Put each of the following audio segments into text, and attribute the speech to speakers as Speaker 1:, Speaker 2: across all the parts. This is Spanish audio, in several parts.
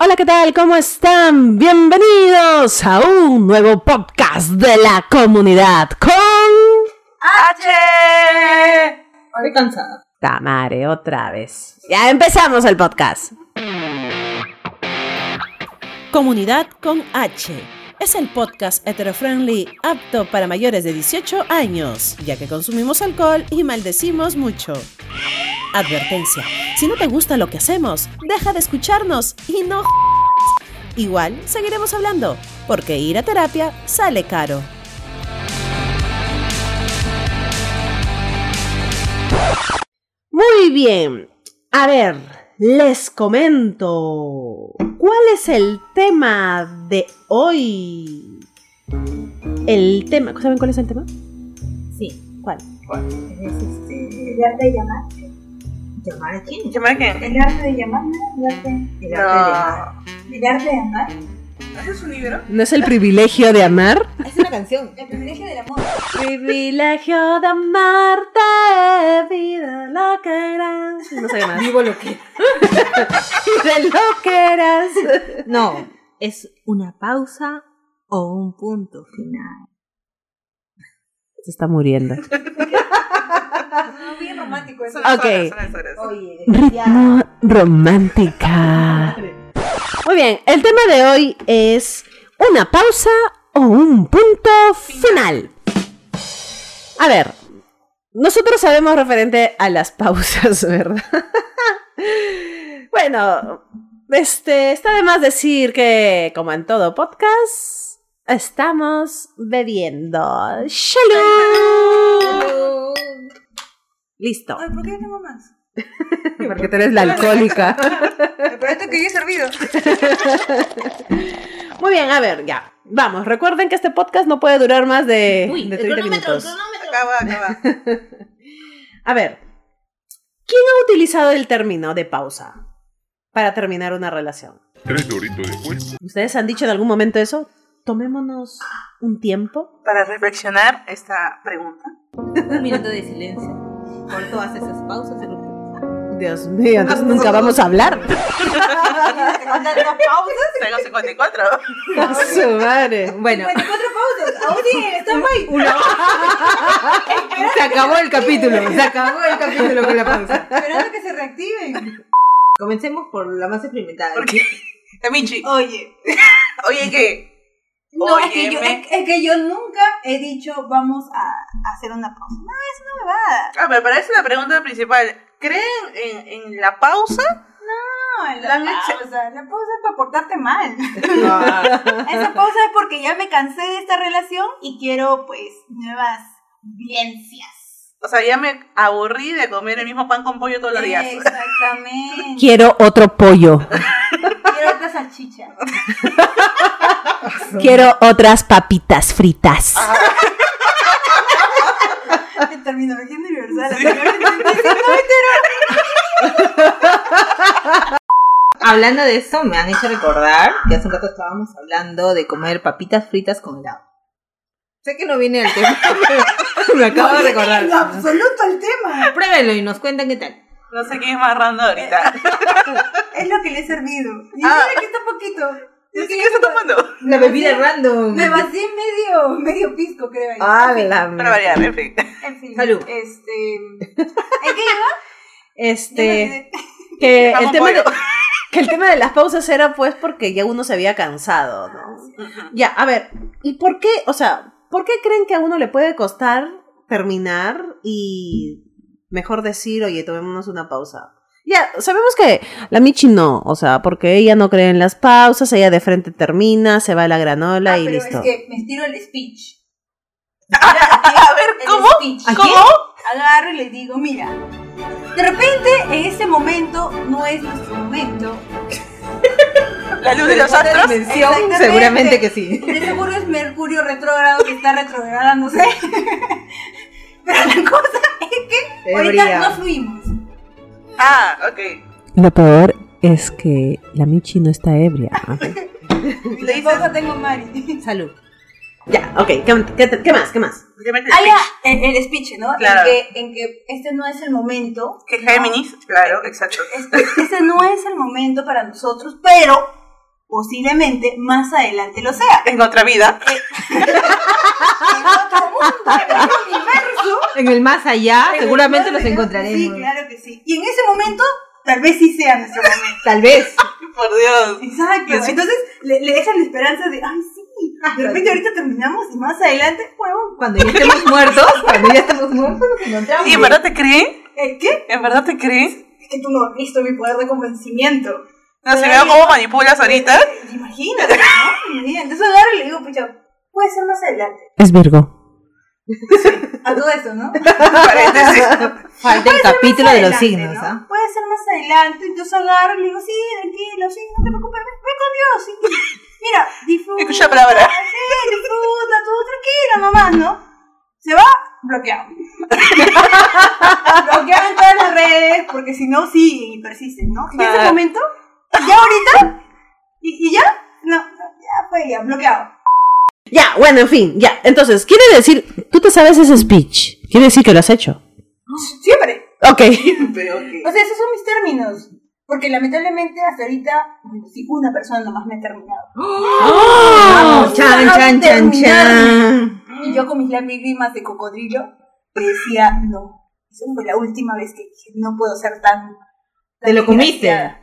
Speaker 1: Hola, ¿qué tal? ¿Cómo están? Bienvenidos a un nuevo podcast de la comunidad con...
Speaker 2: H. Estoy cansada.
Speaker 1: Tamare, otra vez. Ya empezamos el podcast.
Speaker 3: Comunidad con H. Es el podcast heterofriendly apto para mayores de 18 años, ya que consumimos alcohol y maldecimos mucho. Advertencia, si no te gusta lo que hacemos, deja de escucharnos y no... jodas. Igual seguiremos hablando, porque ir a terapia sale caro.
Speaker 1: Muy bien. A ver, les comento. ¿Cuál es el tema de hoy? El tema... ¿Saben cuál es el tema?
Speaker 2: Sí.
Speaker 1: ¿Cuál?
Speaker 2: Es este.
Speaker 4: El arte de llamar.
Speaker 2: ¿Llamar a quién? ¿Llamar a quién?
Speaker 4: El arte de llamar, ¿no? El arte,
Speaker 2: El arte
Speaker 4: el arte de amar.
Speaker 2: de ¿Ese es un libro?
Speaker 1: ¿No es el privilegio de amar?
Speaker 4: Es una canción. El privilegio del amor.
Speaker 1: Privilegio de amarte, vida lo que eras. No sé más.
Speaker 4: Vivo lo que.
Speaker 1: Vida lo que eras.
Speaker 4: No, es una pausa o un punto final.
Speaker 1: Se está muriendo.
Speaker 4: Ah, No, bien romántico eso.
Speaker 2: Son las
Speaker 1: Ok.
Speaker 2: horas, son las horas.
Speaker 4: Oye,
Speaker 1: Ritmo romántica. Muy bien, el tema de hoy es una pausa o un punto final. A ver, nosotros sabemos referente a las pausas, ¿verdad? bueno, este, está de más decir que, como en todo podcast, estamos bebiendo. ¡Shalom! Listo,
Speaker 4: Ay, ¿por qué no tengo más?
Speaker 1: porque tú eres la alcohólica.
Speaker 4: Pero esto que yo he servido.
Speaker 1: Muy bien, a ver, ya. Vamos, recuerden que este podcast no puede durar más de, de 30 minutos.
Speaker 2: Acaba, acaba.
Speaker 1: A ver, ¿quién ha utilizado el término de pausa para terminar una relación?
Speaker 5: Tres doritos después.
Speaker 1: ¿Ustedes han dicho en algún momento eso? Tomémonos un tiempo.
Speaker 2: Para reflexionar esta pregunta.
Speaker 4: Un minuto de silencio. Por todas esas pausas. Tengo
Speaker 1: Dios mío, entonces nunca vamos a hablar.
Speaker 4: tantas pausas.
Speaker 2: Tengo 54.
Speaker 1: A su madre. Bueno,
Speaker 4: 54 pausas. Aún siguen, están ahí.
Speaker 1: se acabó el capítulo. Se acabó el capítulo con la pausa.
Speaker 4: Esperando que se reactiven. Comencemos por la más experimentada.
Speaker 2: ¿Por qué? Tamichi.
Speaker 4: Oye.
Speaker 2: Oye, ¿qué?
Speaker 4: No, es que, yo,
Speaker 2: Óyeme.
Speaker 4: es, es que yo nunca he dicho vamos a, a hacer una pausa. No, es una bebada.
Speaker 2: Ah, me parece la pregunta principal. ¿Creen en, en la pausa?
Speaker 4: No,
Speaker 2: La
Speaker 4: la,
Speaker 2: leche-
Speaker 4: pausa. La pausa es para portarte mal. Esa pausa es porque ya me cansé de esta relación y quiero, pues, nuevas vivencias.
Speaker 2: O sea, ya me aburrí de comer el mismo pan con pollo todos los días.
Speaker 6: Eh.
Speaker 4: Exactamente.
Speaker 1: Quiero otro pollo.
Speaker 4: Quiero otra salchicha.
Speaker 1: Quiero otras papitas fritas.
Speaker 4: Ah, En terminología universal. Hablando de eso, me han hecho recordar que hace un rato estábamos hablando de comer papitas fritas con helado. Sé que no viene el tema, pero me acabo de recordar. En absoluto el tema. Pruébenlo y nos cuentan qué tal.
Speaker 2: No sé quién es más rando ahorita.
Speaker 4: Es lo que le he servido. Y
Speaker 2: Ah.
Speaker 4: mira que está poquito.
Speaker 2: ¿Qué está tomando?
Speaker 4: La bebida random.
Speaker 6: Me vacié medio, medio pisco, creo. ahí.
Speaker 2: Ah,
Speaker 1: Ah,
Speaker 2: Para variar, en fin.
Speaker 6: En fin.
Speaker 4: Salud.
Speaker 6: Este. ¿En qué iba?
Speaker 1: Este. que
Speaker 2: Vamos,
Speaker 1: el, tema de,
Speaker 2: pollo.
Speaker 1: que el tema de las pausas era pues porque ya uno se había cansado, ¿no? Ya, a ver, ¿y por qué, o sea, por qué creen que a uno le puede costar terminar y mejor decir, oye, tomémonos una pausa? Ya, sabemos que la Michi no, o sea, porque ella no cree en las pausas, ella de frente termina, se va a la granola
Speaker 6: Ah,
Speaker 1: y
Speaker 6: pero
Speaker 1: listo.
Speaker 6: es que me estiro el speech.
Speaker 2: A ver,
Speaker 6: El
Speaker 2: ¿cómo?
Speaker 6: speech.
Speaker 2: ¿Cómo?
Speaker 6: Agarro y les digo, mira, de repente en este momento no es nuestro momento.
Speaker 2: La luz de los astros.
Speaker 6: Exactamente.
Speaker 4: seguramente
Speaker 6: este
Speaker 4: que sí.
Speaker 6: De seguro es Mercurio retrógrado que está retrogradándose. Pero la cosa es que ahorita no fluimos.
Speaker 2: Ah, ok.
Speaker 1: Lo peor es que la Michi no está ebria. ¿ah?
Speaker 6: Y tampoco tengo Mari.
Speaker 4: Salud.
Speaker 1: ya, ok, ¿qué, qué- qué más? ¿Qué más?
Speaker 2: Simplemente
Speaker 6: Ah, ya, el, el speech, ¿no?
Speaker 2: Claro.
Speaker 6: En, que, en que este no es el momento.
Speaker 2: Que Géminis, claro, exacto.
Speaker 6: Este, este no es el momento para nosotros, pero posiblemente más adelante lo sea.
Speaker 2: En otra vida.
Speaker 6: En otro mundo, en otro universo.
Speaker 4: En el más allá, seguramente los encontraremos.
Speaker 6: Sí, claro que sí. Y en ese momento, tal vez sí sea nuestro momento.
Speaker 4: Tal vez.
Speaker 2: Por Dios.
Speaker 6: Exacto. Entonces le, le dejan la esperanza de, ay, sí. De repente ahorita terminamos y más adelante, huevón.
Speaker 4: Cuando ya estemos muertos, cuando ya estemos muertos, nos encontramos.
Speaker 2: ¿Y en verdad te creen?
Speaker 6: ¿Eh, ¿Qué?
Speaker 2: ¿En verdad te creen?
Speaker 6: Es que tú no has visto mi poder de convencimiento.
Speaker 2: No se veo cómo manipulas ahorita.
Speaker 6: Imagínate, ¿no? Imagínate. Entonces agarro y le digo, pucha, puede ser más adelante.
Speaker 3: Es Virgo.
Speaker 6: A todo eso, ¿no?
Speaker 2: Paréntesis.
Speaker 4: Falta
Speaker 6: Puede
Speaker 4: el
Speaker 6: ser más
Speaker 4: capítulo de los
Speaker 6: adelante,
Speaker 4: signos,
Speaker 6: ¿no?
Speaker 4: ¿ah?
Speaker 6: Puede ser más adelante, entonces agarro y le digo, sí, tranquilo, sí, no te preocupes, ve, ve con Dios, sí. Mira, disfruta.
Speaker 2: Escucha palabra.
Speaker 6: Sí, disfruta, tú tranquila nomás, ¿no? Se va bloqueado. bloqueado en todas las redes, porque si no, siguen y persisten, ¿no? En ese
Speaker 2: Claro.
Speaker 6: momento, ya ahorita, y, y ya, no, no, ya fue, ya, bloqueado.
Speaker 1: Ya, bueno, en fin, ya. Entonces, quiere decir, tú te sabes ese speech. Quiere decir que lo has hecho.
Speaker 6: Siempre.
Speaker 1: Ok.
Speaker 6: O sea, esos son mis términos. Porque lamentablemente hasta ahorita, si una persona nomás me ha terminado.
Speaker 1: Oh,
Speaker 4: Vamos, chan, chan, chan, chan.
Speaker 6: Y yo con mis lágrimas de cocodrilo decía, no, esa fue la última vez que dije, no puedo ser tan... tan
Speaker 4: Te lo comiste.
Speaker 6: desgraciada".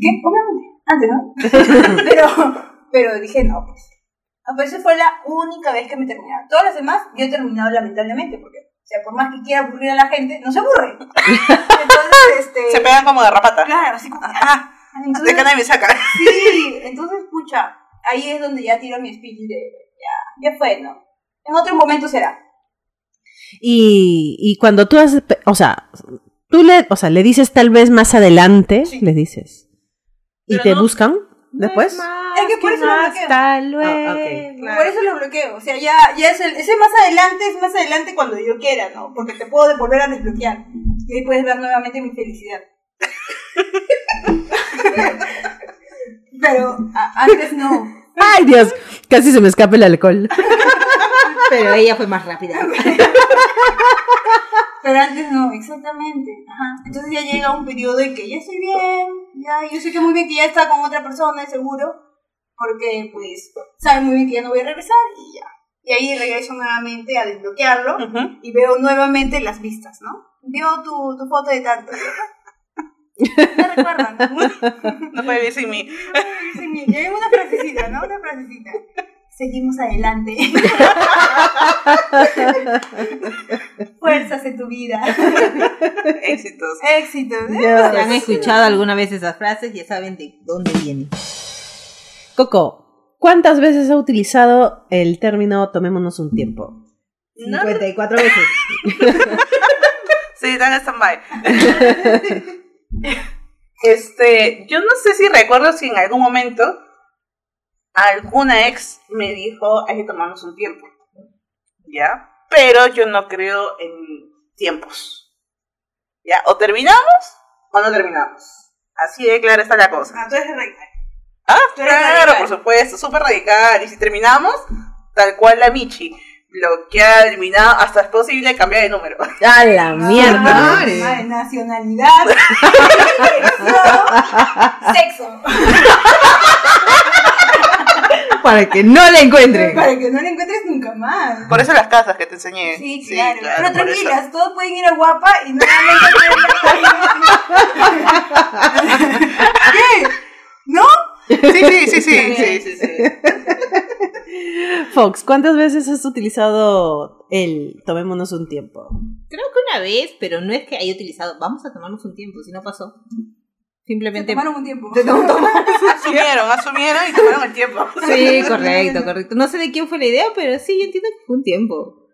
Speaker 6: ¿Qué? Obviamente, antes, ¿no? pero, pero dije, no, pues. Ah, pero esa fue la única vez que me terminaron. Todas las demás yo he terminado lamentablemente, porque, o sea, por más que quiera aburrir a la gente, no se aburre. Entonces, este...
Speaker 2: Se pegan como garrapata.
Speaker 6: Claro, así como...
Speaker 2: Ajá.
Speaker 6: Entonces-
Speaker 2: De cana me saca.
Speaker 6: Sí, entonces, escucha, ahí es donde ya tiro mi speech de, ya, ya fue, ¿no? En otro momento será.
Speaker 1: Y, y cuando tú has, o sea, tú le, o sea, le dices tal vez más adelante,
Speaker 2: Sí.
Speaker 1: le dices. ¿Y
Speaker 2: Pero
Speaker 1: te
Speaker 2: no-
Speaker 1: buscan después?
Speaker 6: Es que Ah, por eso lo bloqueo.
Speaker 4: Hasta luego.
Speaker 2: Claro.
Speaker 6: Por eso lo bloqueo. O sea, ya, ya es el, ese más adelante es más adelante cuando yo quiera, ¿no? Porque te puedo volver a desbloquear. Y ahí puedes ver nuevamente mi felicidad. Pero a- antes no.
Speaker 1: Ay, Dios, casi se me escapa el alcohol.
Speaker 4: Pero ella fue más rápida.
Speaker 6: Pero antes no, exactamente. Ajá. Entonces ya llega un periodo en que ya estoy bien, ya, yo sé que muy bien que ya está con otra persona, seguro, porque pues sabe muy bien que ya no voy a regresar y ya. Y ahí regreso nuevamente a desbloquearlo
Speaker 2: Ujú.
Speaker 6: y veo nuevamente las vistas, ¿no? Veo tu, tu foto de tanto. Me recuerdan.
Speaker 2: No puede vivir sin mí.
Speaker 6: Sí, mi- y hay una frasecita, ¿no? Una frasecita. Seguimos adelante. Fuerzas en tu vida.
Speaker 2: Éxitos.
Speaker 6: Éxitos. ¿eh?
Speaker 4: Si han escuchado alguna vez esas frases, ya saben de dónde vienen.
Speaker 1: Coco, ¿cuántas veces ha utilizado el término tomémonos un tiempo?
Speaker 4: 54 veces.
Speaker 2: Sí, están en stand-by. este, yo no sé si recuerdo si en algún momento alguna ex me dijo, hay que tomarnos un tiempo. ¿Ya? Pero yo no creo en tiempos. ¿Ya? O terminamos o no terminamos. Así de clara está la cosa.
Speaker 6: Ah, tú eres recta.
Speaker 2: Ah,
Speaker 6: Tú eres
Speaker 2: claro,
Speaker 6: radical.
Speaker 2: por supuesto, súper radical. Y si terminamos, tal cual la Michi. Bloqueada, eliminada, hasta es posible cambiar de número.
Speaker 1: ¡A la mierda!
Speaker 4: madre.
Speaker 6: Ah, Madre, nacionalidad. sexo.
Speaker 4: Para que no la encuentren.
Speaker 6: Para que no la encuentres nunca más.
Speaker 2: Por eso las casas que te enseñé.
Speaker 6: Sí, claro. Pero
Speaker 2: por eso.
Speaker 6: tranquilas, todos pueden ir a guapa y no ¿Qué? ¿No?
Speaker 2: Sí, sí, sí, sí, sí, sí, sí.
Speaker 1: Fox, ¿cuántas veces has utilizado el tomémonos un tiempo?
Speaker 4: Creo que una vez, pero no es que haya utilizado. Vamos a tomarnos un tiempo, si no pasó.
Speaker 6: Se
Speaker 4: Simplemente.
Speaker 6: tomaron un tiempo.
Speaker 2: Asumieron, asumieron y tomaron el tiempo.
Speaker 4: Sí, correcto, correcto. No sé de quién fue la idea, pero sí, yo entiendo que fue un tiempo.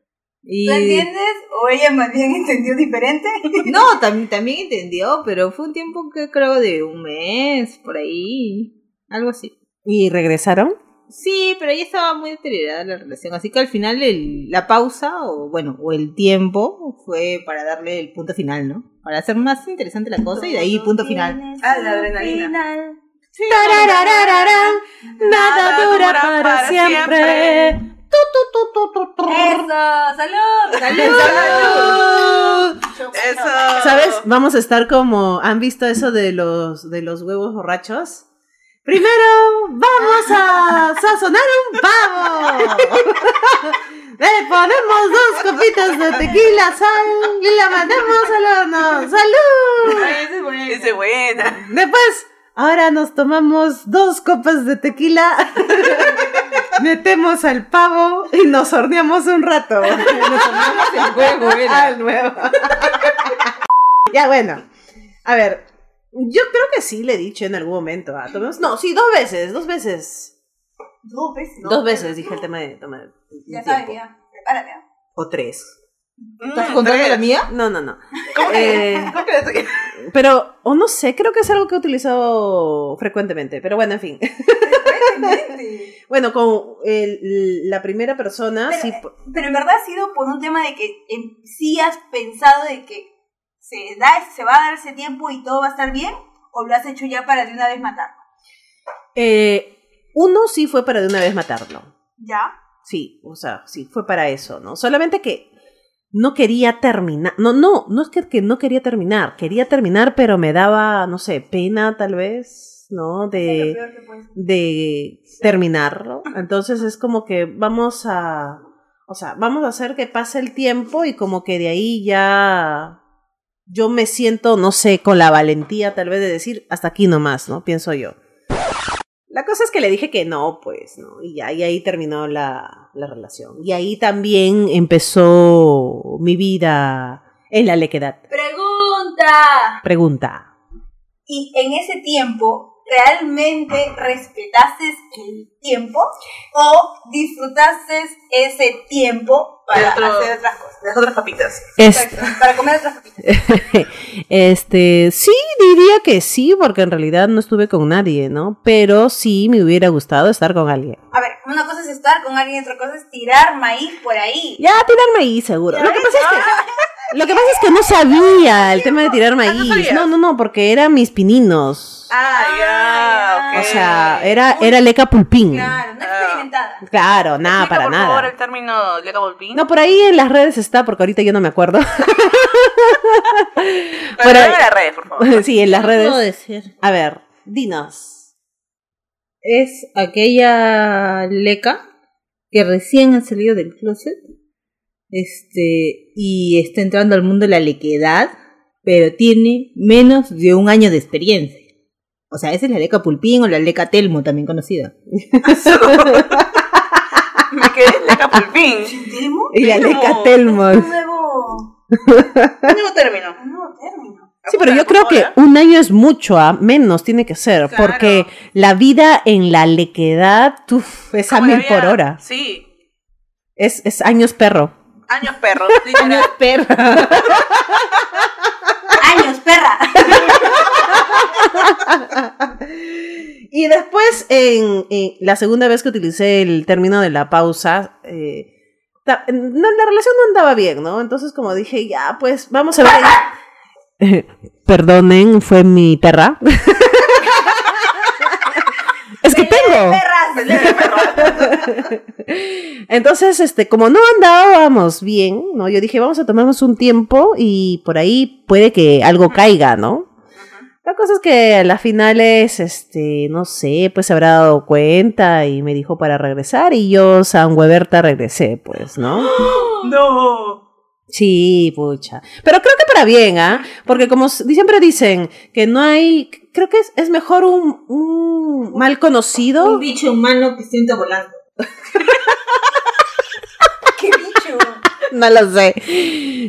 Speaker 4: Y...
Speaker 6: ¿Tú entiendes? ¿O ella más bien entendió diferente?
Speaker 4: No, también, también entendió, pero fue un tiempo que creo de un mes, por ahí, algo así.
Speaker 1: ¿Y regresaron?
Speaker 4: Sí, pero ya estaba muy deteriorada la relación, así que al final el- la pausa, o bueno, o el tiempo, fue para darle el punto final, ¿no? Para hacer más interesante la cosa y de ahí punto final.
Speaker 2: Ah, la adrenalina.
Speaker 4: Sí,
Speaker 1: Nada dura para siempre. Tu, tu, tu, tu, tu, tu.
Speaker 6: ¡Eso! ¡Salud!
Speaker 1: ¡Salud!
Speaker 2: Eso.
Speaker 1: ¿Sabes? Vamos a estar como. ¿Han visto eso de los, de los huevos borrachos? Primero, Vamos a sazonar un pavo. Le ponemos dos copitas de tequila, sal y la mandamos al horno. ¡Salud!
Speaker 2: Esa es buena.
Speaker 1: Después, ahora nos tomamos dos copas de tequila, metemos al pavo y nos horneamos un rato.
Speaker 4: Nos tomamos el huevo, era.
Speaker 1: Al nuevo. ya, bueno. A ver, yo creo que sí le he dicho en algún momento. ah, tomemos- No, sí, dos veces, dos veces.
Speaker 6: Dos veces. ¿no?
Speaker 1: Dos veces dije el tema de tomar el
Speaker 6: Ya sabes,
Speaker 1: tiempo.
Speaker 6: ya. Prepárate. ¿ah?
Speaker 1: O tres.
Speaker 2: Mm,
Speaker 4: ¿Estás contando la mía?
Speaker 1: No, no, no.
Speaker 2: ¿Cómo que-
Speaker 1: Eh,
Speaker 2: cómo que la tuya?
Speaker 1: pero, o no sé, creo que es algo que he utilizado frecuentemente. Pero bueno, en fin.
Speaker 6: Frecuentemente.
Speaker 1: Bueno, con el- la primera persona,
Speaker 6: Pero,
Speaker 1: sí.
Speaker 6: eh,
Speaker 1: po-
Speaker 6: Pero en verdad ha sido por un tema de que en- sí has pensado de que se, da, se va a dar ese tiempo y todo va a estar bien, o lo has hecho ya para de una vez matar.
Speaker 1: eh, uno sí fue para de una vez matarlo.
Speaker 6: ¿Ya?
Speaker 1: Sí, o sea, sí, fue para eso, ¿no? Solamente que no quería terminar. No, no, no es que, que no quería terminar. Quería terminar, pero me daba, no sé, pena tal vez, ¿no?
Speaker 6: Es lo
Speaker 1: De,
Speaker 6: peor que puede ser.
Speaker 1: de terminarlo. Entonces es como que vamos a. O sea, vamos a hacer que pase el tiempo y como que de ahí ya. Yo me siento, no sé, con la valentía tal vez de decir hasta aquí nomás, ¿no? Pienso yo. La cosa es que le dije que no, pues, ¿no? Y, ya, y ahí terminó la, la relación. Y ahí también empezó mi vida en la lequedad.
Speaker 6: Pregunta.
Speaker 1: Pregunta.
Speaker 6: ¿Y en ese tiempo realmente respetaste el tiempo o disfrutaste ese tiempo para
Speaker 2: Otro-
Speaker 6: hacer otras cosas?
Speaker 2: Las otras papitas.
Speaker 1: Es,
Speaker 6: Exacto, para comer otras papitas.
Speaker 1: este, sí, diría que sí, porque en realidad no estuve con nadie, ¿no? Pero sí me hubiera gustado estar con alguien.
Speaker 6: A ver, una cosa es estar con alguien, otra cosa es tirar maíz por ahí.
Speaker 1: Ya, tirarme ahí, seguro. Lo que pasa es que, lo que, pasa es que no sabía el tema de tirar maíz.
Speaker 2: Ah, sabías.
Speaker 1: No, no, no, porque eran mis pininos.
Speaker 2: Ah, ya,
Speaker 6: Ah,
Speaker 2: ok.
Speaker 1: O sea,
Speaker 6: eh,
Speaker 1: era,
Speaker 6: muy-
Speaker 1: era leca pulpín.
Speaker 6: Claro, no experimentada.
Speaker 1: Claro, nada,
Speaker 2: Explica,
Speaker 1: para
Speaker 2: por
Speaker 1: nada.
Speaker 2: favor, el término Lega Volpín.
Speaker 1: No, por ahí en las redes está, porque ahorita yo no me acuerdo.
Speaker 2: Pero
Speaker 1: ahí-
Speaker 2: en las redes, por favor.
Speaker 1: sí, en las
Speaker 4: Puedo
Speaker 1: redes.
Speaker 4: decir.
Speaker 1: A ver, dinos.
Speaker 4: Es aquella leca que recién ha salido del closet. Este. Y está entrando al mundo de la lequedad. Pero tiene menos de un año de experiencia. O sea, esa es la leca pulpín o la leca telmo, también conocida.
Speaker 2: Me quedé en Lega Volpín.
Speaker 6: ¿Chintimo?
Speaker 1: Y la
Speaker 2: Telmo.
Speaker 1: leca
Speaker 6: Un
Speaker 1: Telmos.
Speaker 6: nuevo,
Speaker 2: Nuevo término.
Speaker 6: un nuevo término.
Speaker 1: Sí, pero yo creo que
Speaker 2: Ahora,
Speaker 1: un año es mucho, ¿ah? menos tiene que ser,
Speaker 2: Claro.
Speaker 1: porque la vida en la lequedad uf, es a
Speaker 2: como
Speaker 1: mil
Speaker 2: la
Speaker 1: por
Speaker 2: vida-
Speaker 1: hora.
Speaker 2: Sí.
Speaker 1: Es, es años perro.
Speaker 2: Años perros. literal.
Speaker 1: Perro.
Speaker 6: Años, perra.
Speaker 1: Y después, en, en la segunda vez que utilicé el término de la pausa, eh, ta- no, la relación no andaba bien, ¿no? Entonces, como dije, ya, pues vamos a ver. Eh, Perdonen, fue mi perra. es que
Speaker 2: Oh.
Speaker 1: tengo.
Speaker 6: Perras.
Speaker 1: Entonces, este, como no andábamos bien, ¿no? Yo dije, vamos a tomarnos un tiempo y por ahí puede que algo caiga, ¿no? La cosa es que a las finales, este, no sé, pues se habrá dado cuenta y me dijo para regresar y yo, San Hueberta, regresé, pues, ¿no?
Speaker 2: No.
Speaker 1: Sí, pucha. Pero creo que para bien, ¿ah? Porque como s- siempre dicen que no hay, creo que es, es mejor un, un mal conocido.
Speaker 4: bicho humano que sienta volando.
Speaker 6: ¡Qué bicho!
Speaker 1: No lo sé.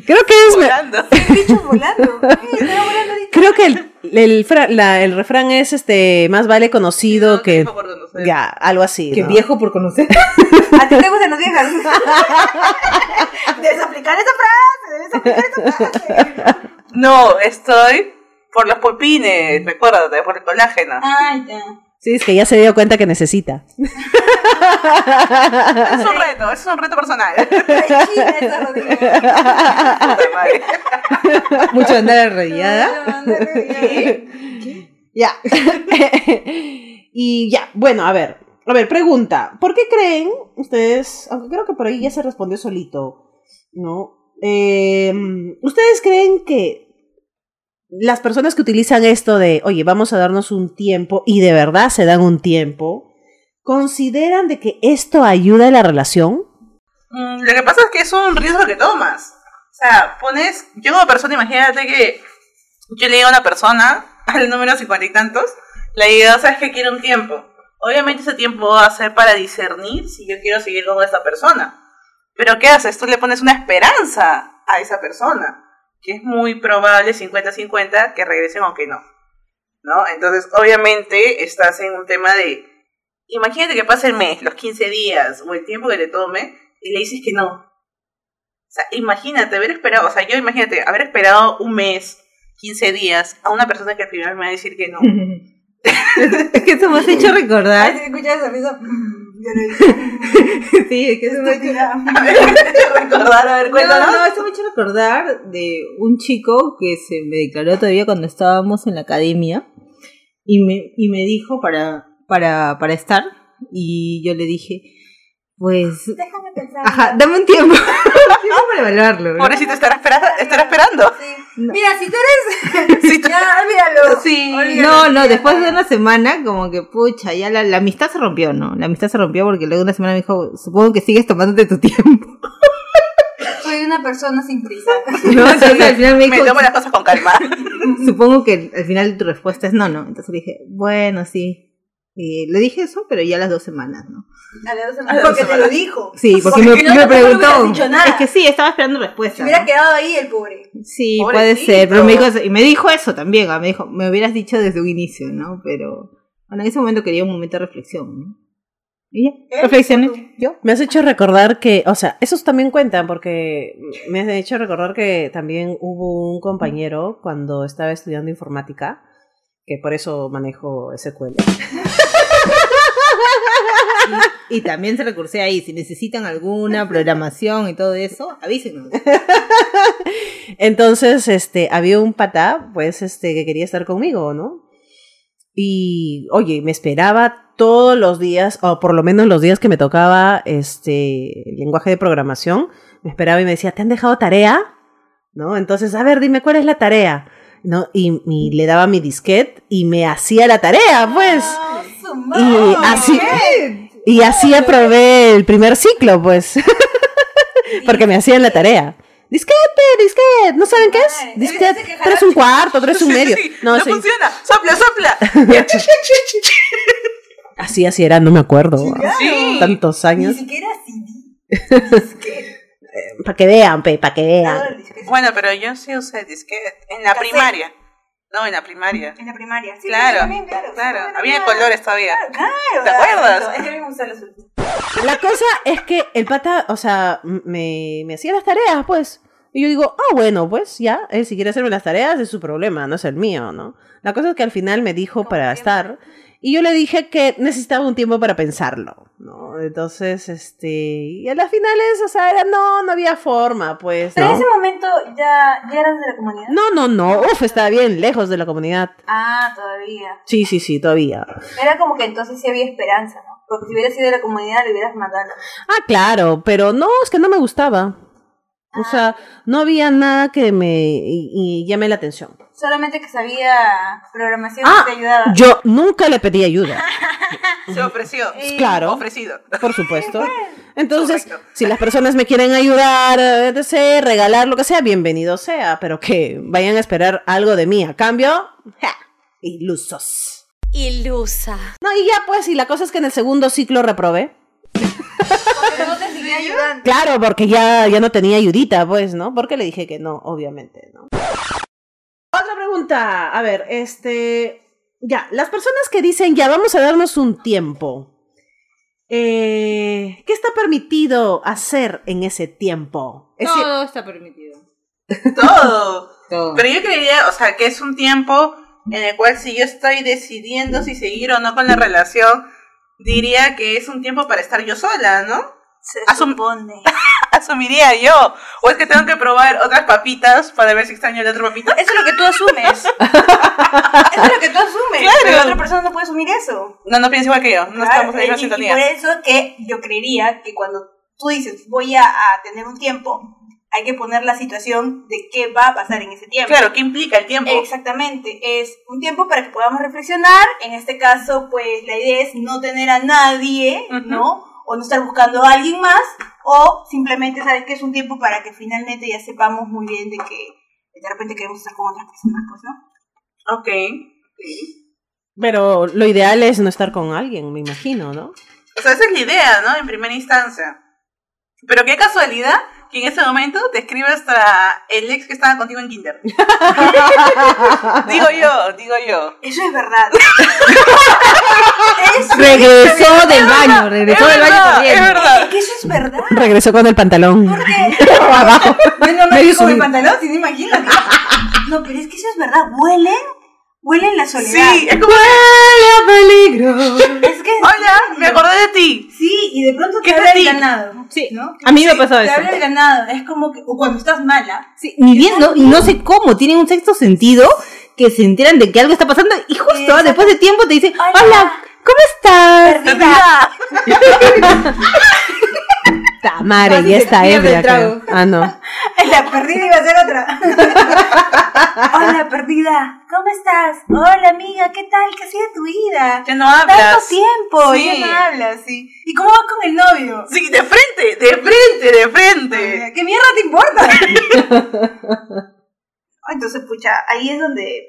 Speaker 1: Creo que es, me-
Speaker 2: Pues Volando.
Speaker 6: ¡Qué bicho volando! Ay, estaba volando ahorita.
Speaker 1: Creo que el, el fra- la- el refrán es este más vale conocido
Speaker 2: No,
Speaker 1: que
Speaker 2: no me acuerdo, no sé.
Speaker 1: ya, algo así.
Speaker 4: Qué
Speaker 1: ¿no?
Speaker 4: viejo por conocer.
Speaker 6: ¿A ti te gustan los viejos? Debes aplicar esa frase, debes aplicar esa frase.
Speaker 2: No, estoy por los pulpines, recuérdate, por el colágeno.
Speaker 6: Ay, ya.
Speaker 1: Sí, es que ya se dio cuenta que necesita. Ah,
Speaker 2: Es un reto, es un reto personal.
Speaker 6: Rechina esa rodilla.
Speaker 1: Ah,
Speaker 2: Puta madre.
Speaker 4: Mucho andar arrodillada.
Speaker 6: ¿Qué?
Speaker 1: Ya. y ya, bueno, a ver. A ver, pregunta. ¿Por qué creen ustedes, aunque creo que por ahí ya se respondió solito, ¿no? Eh, ¿Ustedes creen que las personas que utilizan esto de, oye, vamos a darnos un tiempo y de verdad se dan un tiempo, ¿Consideran de que esto ayuda a la relación?
Speaker 2: Mm, lo que pasa es que es un riesgo que tomas. O sea, pones, yo como persona, imagínate que yo le digo a una persona, al número cincuenta y tantos, le digo, sabes que quiero un tiempo. Obviamente ese tiempo va a ser para discernir si yo quiero seguir con esa persona. Pero ¿qué haces? Tú le pones una esperanza a esa persona, que es muy probable 50-50 que regresen o que no. ¿No? Entonces, obviamente estás en un tema de, imagínate que pase el mes, los 15 días o el tiempo que le tome y le dices que no. O sea, imagínate haber esperado, o sea, yo imagínate haber esperado un mes, 15 días a una persona que al final me va a decir que no.
Speaker 4: es que eso me has hecho recordar.
Speaker 6: Ay, si escuchas esa risa, mm, yo le
Speaker 4: Sí, es que eso me ha hecho
Speaker 2: A ver, recordar, a ver, cuéntanos.
Speaker 4: No, no, eso me ha hecho recordar de un chico que se me declaró todavía cuando estábamos en la academia y me, y me dijo para, para, para estar y yo le dije, pues,
Speaker 6: Déjame pensar.
Speaker 4: ajá, dame un tiempo, tiempo para evaluarlo. ¿no?
Speaker 2: Pobrecito, estará, espera- estará esperando.
Speaker 6: Sí. Mira, si tú eres.
Speaker 2: Si tú-
Speaker 6: ya, olvídalo.
Speaker 2: Sí.
Speaker 6: Olvídalo.
Speaker 4: No, no, después de una semana, como que pucha, ya la, la amistad se rompió, ¿no? La amistad se rompió porque luego una semana me dijo, supongo que sigues tomándote tu tiempo.
Speaker 6: Soy una persona sin prisa.
Speaker 4: ¿No? Entonces al final me
Speaker 2: Me
Speaker 4: dijo,
Speaker 2: tomo las cosas con calma.
Speaker 4: supongo que al final tu respuesta es no, no. Entonces le dije, bueno, sí. Y le dije eso, pero ya las dos semanas, ¿no?
Speaker 6: A las dos
Speaker 2: A
Speaker 6: semanas.
Speaker 2: las dos
Speaker 6: Ah, Porque te lo
Speaker 2: semanas.
Speaker 6: dijo.
Speaker 4: Sí, porque,
Speaker 6: Pues Porque
Speaker 4: me,
Speaker 6: no,
Speaker 4: me
Speaker 6: tampoco le hubieras
Speaker 4: preguntó.
Speaker 6: dicho nada.
Speaker 4: Es que sí, estaba esperando respuesta.
Speaker 6: Se hubiera
Speaker 4: ¿no?
Speaker 6: quedado ahí el pobre.
Speaker 4: Sí,
Speaker 2: Pobrecito.
Speaker 4: puede ser, pero me dijo, eso- y me dijo eso también, ah, me dijo, me hubieras dicho desde un inicio, ¿no? Pero bueno, en ese momento quería un momento de reflexión, ¿no? Y ya,
Speaker 6: ¿Él?
Speaker 4: reflexioné, yo.
Speaker 1: Me has hecho recordar que, o sea, esos también cuentan porque me has hecho recordar que también hubo un compañero cuando estaba estudiando informática, que por eso manejo SQL.
Speaker 4: Y también se recursé ahí, si necesitan alguna programación y todo eso, avísenos.
Speaker 1: Entonces, este, había un patá, pues, este, que quería estar conmigo, ¿no? Y, oye, me esperaba todos los días, o por lo menos los días que me tocaba, este, lenguaje de programación, me esperaba y me decía, ¿te han dejado tarea? ¿No? Entonces, a ver, dime, ¿cuál es la tarea? ¿No? Y, y le daba mi disquete y me hacía la tarea, pues.
Speaker 6: Ah, su
Speaker 1: Y
Speaker 6: madre.
Speaker 1: así, y así aprobé el primer ciclo, pues. Porque me hacían la tarea. Disquete, disquete, ¿no saben qué
Speaker 6: Ay,
Speaker 1: es?
Speaker 6: ese que
Speaker 1: Disquete,
Speaker 6: jala
Speaker 1: tres un cuarto, tres un medio.
Speaker 2: No,
Speaker 1: No, sí.
Speaker 2: funciona. Sopla, sopla.
Speaker 1: Así, así era, no me acuerdo.
Speaker 2: Sí.
Speaker 1: Tantos
Speaker 6: Ni
Speaker 1: años.
Speaker 6: siquiera así.
Speaker 1: Para que vean, pe, para que vean.
Speaker 2: Bueno, pero yo sí usé disquete. En la
Speaker 6: Cassette.
Speaker 2: primaria. No, en la primaria.
Speaker 6: En la primaria. Sí,
Speaker 2: Claro,
Speaker 6: también, claro.
Speaker 2: Claro,
Speaker 6: Bueno,
Speaker 2: había
Speaker 6: claro.
Speaker 2: colores todavía.
Speaker 6: Claro.
Speaker 2: ¿Te acuerdas?
Speaker 6: Es que a mí me gustan los azules.
Speaker 1: La cosa es que el pata, o sea, m- me, me hacía las tareas, pues. Y yo digo, ah, bueno, pues ya, él si quiere hacerme las tareas es su problema, no es el mío, ¿no? La cosa es que al final me dijo para estar. Y yo le dije que necesitaba un tiempo para pensarlo, ¿no? Entonces, este. Y a las finales, o sea, era, no, no había forma, pues.
Speaker 6: Pero en
Speaker 1: ¿no?
Speaker 6: ese momento ya, ya eras de la comunidad.
Speaker 1: No, no, no, uf, estaba bien lejos de la comunidad.
Speaker 6: Ah, todavía.
Speaker 1: Sí, sí, sí, todavía.
Speaker 6: Era como que entonces sí había esperanza, ¿no? Porque si hubieras sido de la comunidad, le hubieras matado.
Speaker 1: Ah, claro, pero no, es que no me gustaba. O sea, no había nada que me y- y llame la atención.
Speaker 6: Solamente que sabía programación
Speaker 1: Ah,
Speaker 6: que te ayudaba.
Speaker 1: Yo nunca le pedí ayuda,
Speaker 2: Se ofreció.
Speaker 1: Claro.
Speaker 2: Ofrecido.
Speaker 1: por supuesto. Entonces,
Speaker 2: Correcto.
Speaker 1: si las personas me quieren ayudar, etc., regalar lo que sea, bienvenido sea, pero que vayan a esperar algo de mí. A cambio, ¡ja! ilusos.
Speaker 5: Ilusa.
Speaker 1: No, y ya pues, y la cosa es que en el segundo ciclo reprobé.
Speaker 6: Porque no te seguía ayudando.
Speaker 1: Claro, porque ya, ya no tenía ayudita, pues, ¿no? Porque le dije que no, obviamente, ¿no? Otra pregunta. A ver, este. Ya, las personas que dicen ya vamos a darnos un tiempo. eh, ¿Qué está permitido hacer en ese tiempo? Es decir,
Speaker 4: Todo está permitido.
Speaker 2: Todo.
Speaker 4: Todo.
Speaker 2: Pero yo creería, o sea, que es un tiempo en el cual si yo estoy decidiendo si seguir o no con la relación, diría que es un tiempo para estar yo sola, ¿no?
Speaker 6: Se
Speaker 2: Asum-
Speaker 6: supone.
Speaker 2: Asumiría yo. O es que tengo que probar otras papitas para ver si extraño la otra papita.
Speaker 6: Eso es lo que tú asumes. eso es lo que tú asumes.
Speaker 2: Claro.
Speaker 6: Pero la otra persona no puede asumir eso.
Speaker 2: No, no pienso igual que yo. No
Speaker 6: Claro,
Speaker 2: estamos en la misma
Speaker 6: y- y, por
Speaker 2: sintonía.
Speaker 6: eso es que yo creería que cuando tú dices voy a, a tener un tiempo, hay que poner la situación de qué va a pasar en ese tiempo.
Speaker 2: Claro, ¿qué implica el tiempo?
Speaker 6: Exactamente, es un tiempo para que podamos reflexionar. En este caso, pues la idea es no tener a nadie,
Speaker 2: Ujú.
Speaker 6: ¿no? O no estar buscando a alguien más, o simplemente sabes que es un tiempo para que finalmente ya sepamos muy bien de que de repente queremos estar con otras personas, pues, ¿no?
Speaker 2: Ok.
Speaker 1: Pero lo ideal es no estar con alguien, me imagino, ¿no?
Speaker 2: O sea, esa es la idea, ¿no? En primera instancia. Pero qué casualidad que en ese momento te escribe hasta el ex que estaba contigo en Kinder. digo yo, digo yo.
Speaker 6: Eso es verdad. eso,
Speaker 4: Regresó del baño, regresó
Speaker 2: es
Speaker 4: del baño
Speaker 2: verdad, es
Speaker 4: corriendo.
Speaker 2: verdad.
Speaker 6: es que eso es verdad.
Speaker 1: Regresó con el pantalón
Speaker 6: Porque
Speaker 1: abajo.
Speaker 6: Bueno, no
Speaker 1: Medio
Speaker 6: es como el
Speaker 1: subido.
Speaker 6: pantalón, si no imagínate. No, pero es que eso es verdad. Huelen, huelen la soledad.
Speaker 2: Sí, es como,
Speaker 1: peligro!
Speaker 6: Es que
Speaker 2: hola, me acordé de ti.
Speaker 6: sí, y de pronto
Speaker 2: ¿Qué
Speaker 6: te habla
Speaker 2: sentí?
Speaker 6: el ganado.
Speaker 4: Sí,
Speaker 6: ¿no?
Speaker 4: a mí me
Speaker 6: Sí,
Speaker 4: pasó
Speaker 6: Te
Speaker 4: eso.
Speaker 6: habla el ganado. Es como que o cuando estás mala.
Speaker 4: Sí, ni bien, no, no sé cómo, tienen un sexto sentido que se enteran de que algo está pasando y justo
Speaker 6: Exacto.
Speaker 4: después de tiempo te dicen,
Speaker 6: Hola.
Speaker 4: hola, ¿cómo estás?
Speaker 2: Perdida.
Speaker 1: Tamara,
Speaker 4: Casi
Speaker 1: y
Speaker 4: se
Speaker 1: esta
Speaker 4: pierde el
Speaker 1: ebria, creo.
Speaker 4: trago.
Speaker 1: Ah, no.
Speaker 6: La perdida iba a ser otra. Hola, perdida. ¿Cómo estás? Hola, amiga. ¿Qué tal? ¿Qué ha sido tu vida?
Speaker 2: Ya no
Speaker 6: Tanto
Speaker 2: hablas.
Speaker 6: tiempo.
Speaker 2: Sí.
Speaker 6: Ya no hablas, sí. ¿Y cómo vas con el novio?
Speaker 2: Sí, de frente, de frente, de frente.
Speaker 6: ¿Qué mierda te importa? Ah, Entonces, pucha, ahí es donde.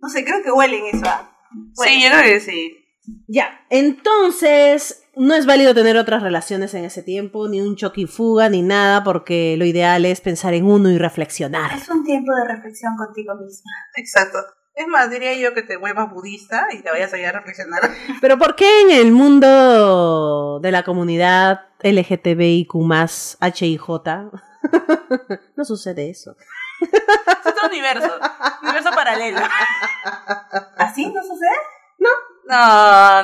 Speaker 6: No sé, creo que huelen eso. ¿ah?
Speaker 2: Sí, yo creo que sí.
Speaker 1: Ya, entonces no es válido tener otras relaciones en ese tiempo, ni un choque y fuga, ni nada, porque lo ideal es pensar en uno y reflexionar.
Speaker 6: Es un tiempo de reflexión contigo misma.
Speaker 2: Exacto. Es más, diría yo que te vuelvas budista y te vayas allá a reflexionar.
Speaker 1: Pero ¿por qué en el mundo de la comunidad LGTBIQ HIJ no sucede eso?
Speaker 2: Es otro universo. universo paralelo.
Speaker 6: ¿Así no sucede?
Speaker 2: No,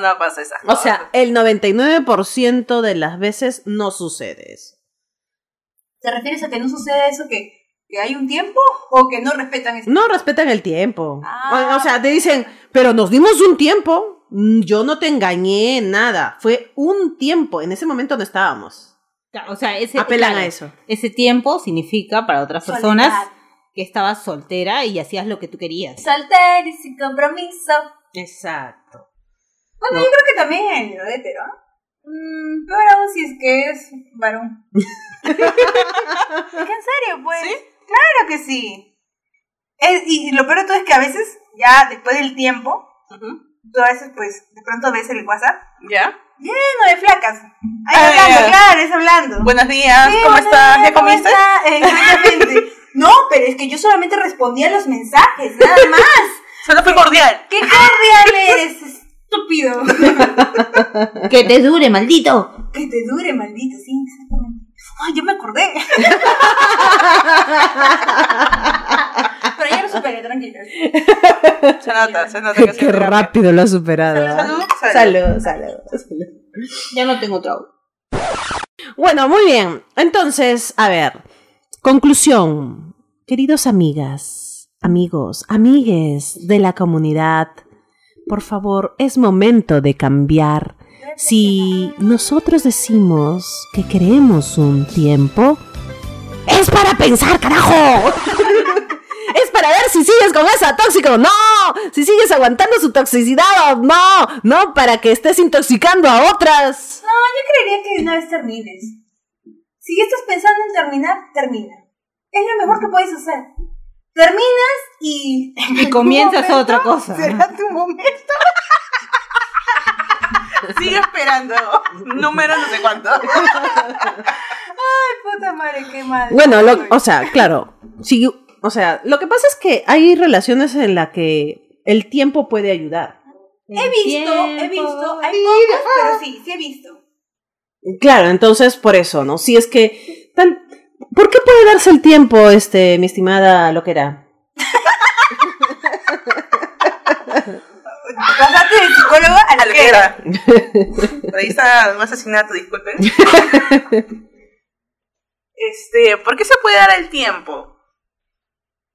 Speaker 2: no pasa esa.
Speaker 1: O sea, el 99% de las veces no sucede eso.
Speaker 6: ¿Te refieres a que no sucede eso que, que hay un tiempo o que no respetan eso?
Speaker 1: No respetan el tiempo.
Speaker 6: Ah.
Speaker 1: O, o sea, te dicen, pero nos dimos un tiempo. Mm, Yo no te engañé, nada. Fue un tiempo. En ese momento no estábamos.
Speaker 4: O sea, ese,
Speaker 1: Apelan
Speaker 4: claro,
Speaker 1: a eso.
Speaker 4: Ese tiempo significa para otras personas que estabas soltera y hacías lo que tú querías.
Speaker 6: Soltero y sin compromiso.
Speaker 1: Exacto.
Speaker 6: Bueno,
Speaker 1: No.
Speaker 6: yo creo que también el hétero, ¿no? Mm, peor aún si es que es varón. es que en serio, pues.
Speaker 2: ¿Sí?
Speaker 6: Claro que sí. Es- y lo peor de todo es que a veces, ya después del tiempo,
Speaker 2: Ujú.
Speaker 6: tú a veces, pues, de pronto ves el WhatsApp
Speaker 2: ¿Ya?
Speaker 6: lleno de flacas. Ahí
Speaker 2: Ah,
Speaker 6: hablando,
Speaker 2: ya.
Speaker 6: claro, es hablando.
Speaker 2: Buenos días,
Speaker 6: Sí,
Speaker 2: ¿cómo
Speaker 6: buenos
Speaker 2: estás?
Speaker 6: días,
Speaker 2: ¿Ya
Speaker 6: ¿cómo
Speaker 2: comiste?
Speaker 6: está? Exactamente. No, pero es que yo solamente respondía los mensajes, nada más.
Speaker 2: Solo fue cordial.
Speaker 6: ¡Qué cordial eres, estúpido!
Speaker 4: ¡Que te dure, maldito!
Speaker 6: Que te dure, maldito, sí, exactamente. Ay, yo me acordé. Pero ya lo superé, tranquilo.
Speaker 2: Se nota, se nota que
Speaker 1: Qué,
Speaker 2: sí,
Speaker 1: qué
Speaker 2: terapia.
Speaker 1: rápido lo has superado.
Speaker 2: Salud,
Speaker 1: ¿ah?
Speaker 2: salud.
Speaker 1: Salud, salud, salud.
Speaker 4: Ya no tengo trago.
Speaker 1: Bueno, muy bien. Entonces, a ver. Conclusión. Queridos amigas, amigos, amigues de la comunidad, por favor, es momento de cambiar. Si nosotros decimos que queremos un tiempo, es para pensar, carajo. es para ver si sigues con esa tóxico, no. Si sigues aguantando su toxicidad o no. No para que estés intoxicando a otras.
Speaker 6: No, yo creería que de una vez termines. Si ya estás pensando en terminar, termina. Es lo mejor que puedes hacer. Terminas y.
Speaker 4: Y comienzas otra cosa.
Speaker 2: Será tu momento. Sigue esperando. Número no sé cuánto.
Speaker 6: Ay, puta madre, qué mal.
Speaker 1: Bueno, lo- o sea, claro, sí, o sea, lo que pasa es que hay relaciones en las que el tiempo puede ayudar.
Speaker 6: He visto, he visto. Hay pocos, pero sí, sí he visto.
Speaker 1: Claro, entonces por eso, ¿no? Si es que tal, ¿por qué puede darse el tiempo, este, mi estimada loquera?
Speaker 6: Pasaste del psicólogo a la
Speaker 2: Al que era. Por Ahí está un asesinato, disculpen. Este, ¿por qué se puede dar el tiempo?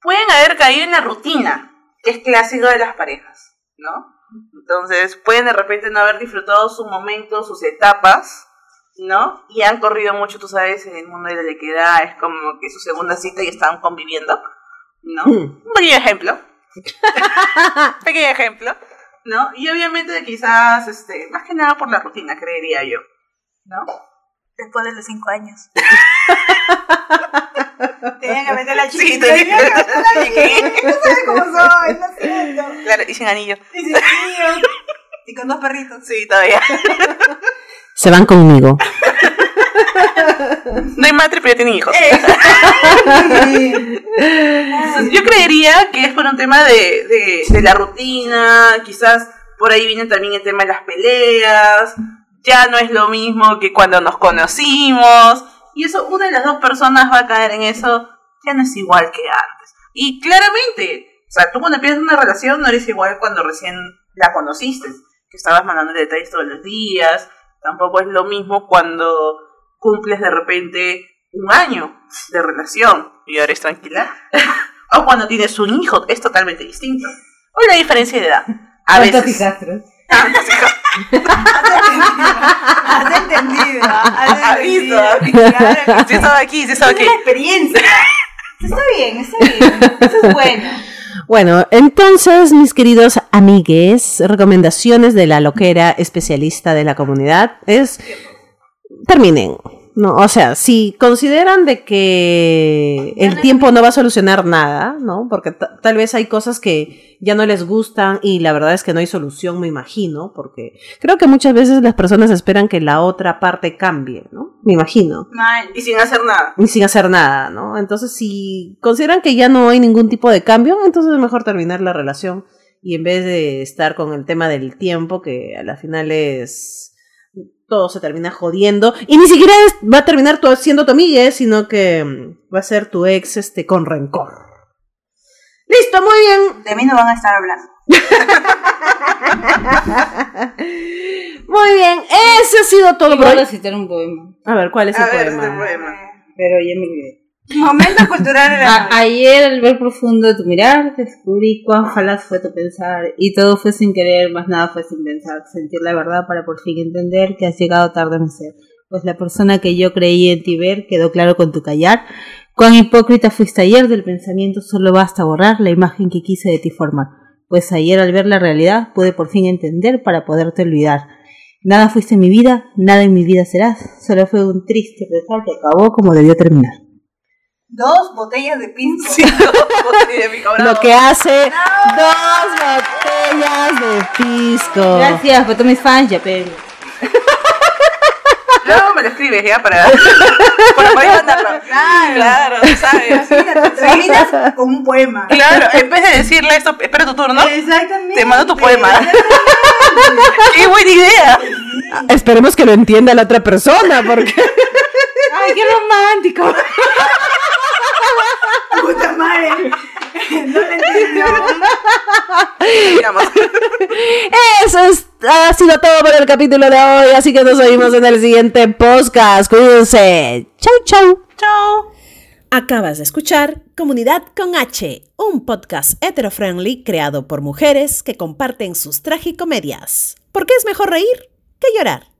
Speaker 2: Pueden haber caído en la rutina, que es clásico de las parejas, ¿no? Entonces, pueden de repente no haber disfrutado su momento, sus etapas, ¿no? Y han corrido mucho, tú sabes, en el mundo de la lequedad, es como que su segunda cita y estaban conviviendo, ¿no?
Speaker 1: Mm.
Speaker 2: Un pequeño ejemplo. pequeño ejemplo, ¿no? Y obviamente quizás, este, más que nada por la rutina, creería yo, ¿no?
Speaker 6: Después de los cinco años. Tenían que meter la chiquita.
Speaker 2: tenía que
Speaker 6: tenían meter la chiquita. Tú sabes cómo soy, lo siento.
Speaker 2: Claro, y sin anillo.
Speaker 6: Y sin niños. Y con dos perritos.
Speaker 2: Sí, todavía.
Speaker 1: Se van conmigo.
Speaker 2: No hay madre, pero ya tienen hijos.
Speaker 6: Eh, Sí.
Speaker 2: Entonces, Yo creería que es por un tema de, de- de la rutina, quizás por ahí viene también el tema de las peleas, ya no es lo mismo que cuando nos conocimos, y eso, una de las dos personas va a caer en eso, ya no es igual que antes. Y claramente, o sea, tú cuando empiezas una relación no eres igual cuando recién la conociste, que estabas mandándole detalles todos los días, tampoco es lo mismo cuando cumples de repente un año de relación y ahora es tranquila o cuando tienes un hijo, es totalmente distinto. O la diferencia de edad. A
Speaker 4: ¿Cuántos
Speaker 2: veces. Ah,
Speaker 4: picastros?
Speaker 6: Has entendido.
Speaker 2: Ah,
Speaker 6: Has entendido.
Speaker 2: Has visto.
Speaker 6: Claro que
Speaker 2: Sí, estaba aquí, sí, estaba
Speaker 6: Es
Speaker 2: aquí.
Speaker 6: una experiencia. Está bien, está bien. Eso es bueno.
Speaker 1: Bueno, entonces, mis queridos amigues, recomendaciones de la loquera especialista de la comunidad es terminen. No, o sea, si consideran de que el tiempo no va a solucionar nada, ¿no? Porque ta- tal vez hay cosas que ya no les gustan y la verdad es que no hay solución, me imagino, porque creo que muchas veces las personas esperan que la otra parte cambie, ¿no? Me imagino
Speaker 6: Mal.
Speaker 2: Y sin hacer nada.
Speaker 1: y sin hacer nada, ¿no? Entonces, si consideran que ya no hay ningún tipo de cambio, entonces es mejor terminar la relación y en vez de estar con el tema del tiempo, que a la final es todo se termina jodiendo y ni siquiera es- va a terminar tu- siendo tu amiga, eh, sino que mm, va a ser tu ex este con rencor. Listo, muy bien.
Speaker 6: De mí no van a estar hablando.
Speaker 1: Muy bien, ese ha sido todo por
Speaker 4: Quiero
Speaker 1: hoy.
Speaker 4: citar un poema,
Speaker 1: A ver, ¿cuál es el
Speaker 2: A ver, este
Speaker 1: poema?
Speaker 2: poema.
Speaker 4: pero ya me olvidé.
Speaker 6: Momento cultural de
Speaker 2: Ah,
Speaker 6: la
Speaker 4: A- ayer al ver profundo de tu mirar, descubrí cuán falaz fue tu pensar, y todo fue sin querer, más nada fue sin pensar, sentir la verdad para por fin entender que has llegado tarde a mi ser, pues la persona que yo creí en ti ver quedó claro con tu callar, cuán hipócrita fuiste ayer del pensamiento solo basta borrar la imagen que quise de ti formar, pues ayer al ver la realidad pude por fin entender para poderte olvidar. Nada fuiste en mi vida, nada en mi vida serás, solo fue un triste pesar que acabó como debió terminar.
Speaker 6: Dos botellas de pinzo.
Speaker 2: Sí, mi cabrón.
Speaker 1: Lo que hace dos botellas de pisco.
Speaker 4: Gracias, voto mis fans, ya pero.
Speaker 2: Luego me lo escribes, ¿ya? Para, para poder mandarlo. Claro, ¿sabes?
Speaker 6: Mira, te terminas con un poema.
Speaker 2: Claro, en vez de decirle esto, espera tu turno,
Speaker 6: Exactamente.
Speaker 2: te mando tu poema. ¡Qué buena idea!
Speaker 1: Esperemos que lo entienda la otra persona, porque.
Speaker 4: ¡Ay, qué romántico!
Speaker 6: Puta madre. No le entiendo.
Speaker 2: Digamos.
Speaker 1: Eso es- ha sido todo por el capítulo de hoy, así que nos oímos en el siguiente podcast. Cuídense. Chau, chau.
Speaker 2: Chao.
Speaker 3: Acabas de escuchar Comunidad con H, un podcast hetero-friendly creado por mujeres que comparten sus tragicomedias. Porque es mejor reír que llorar.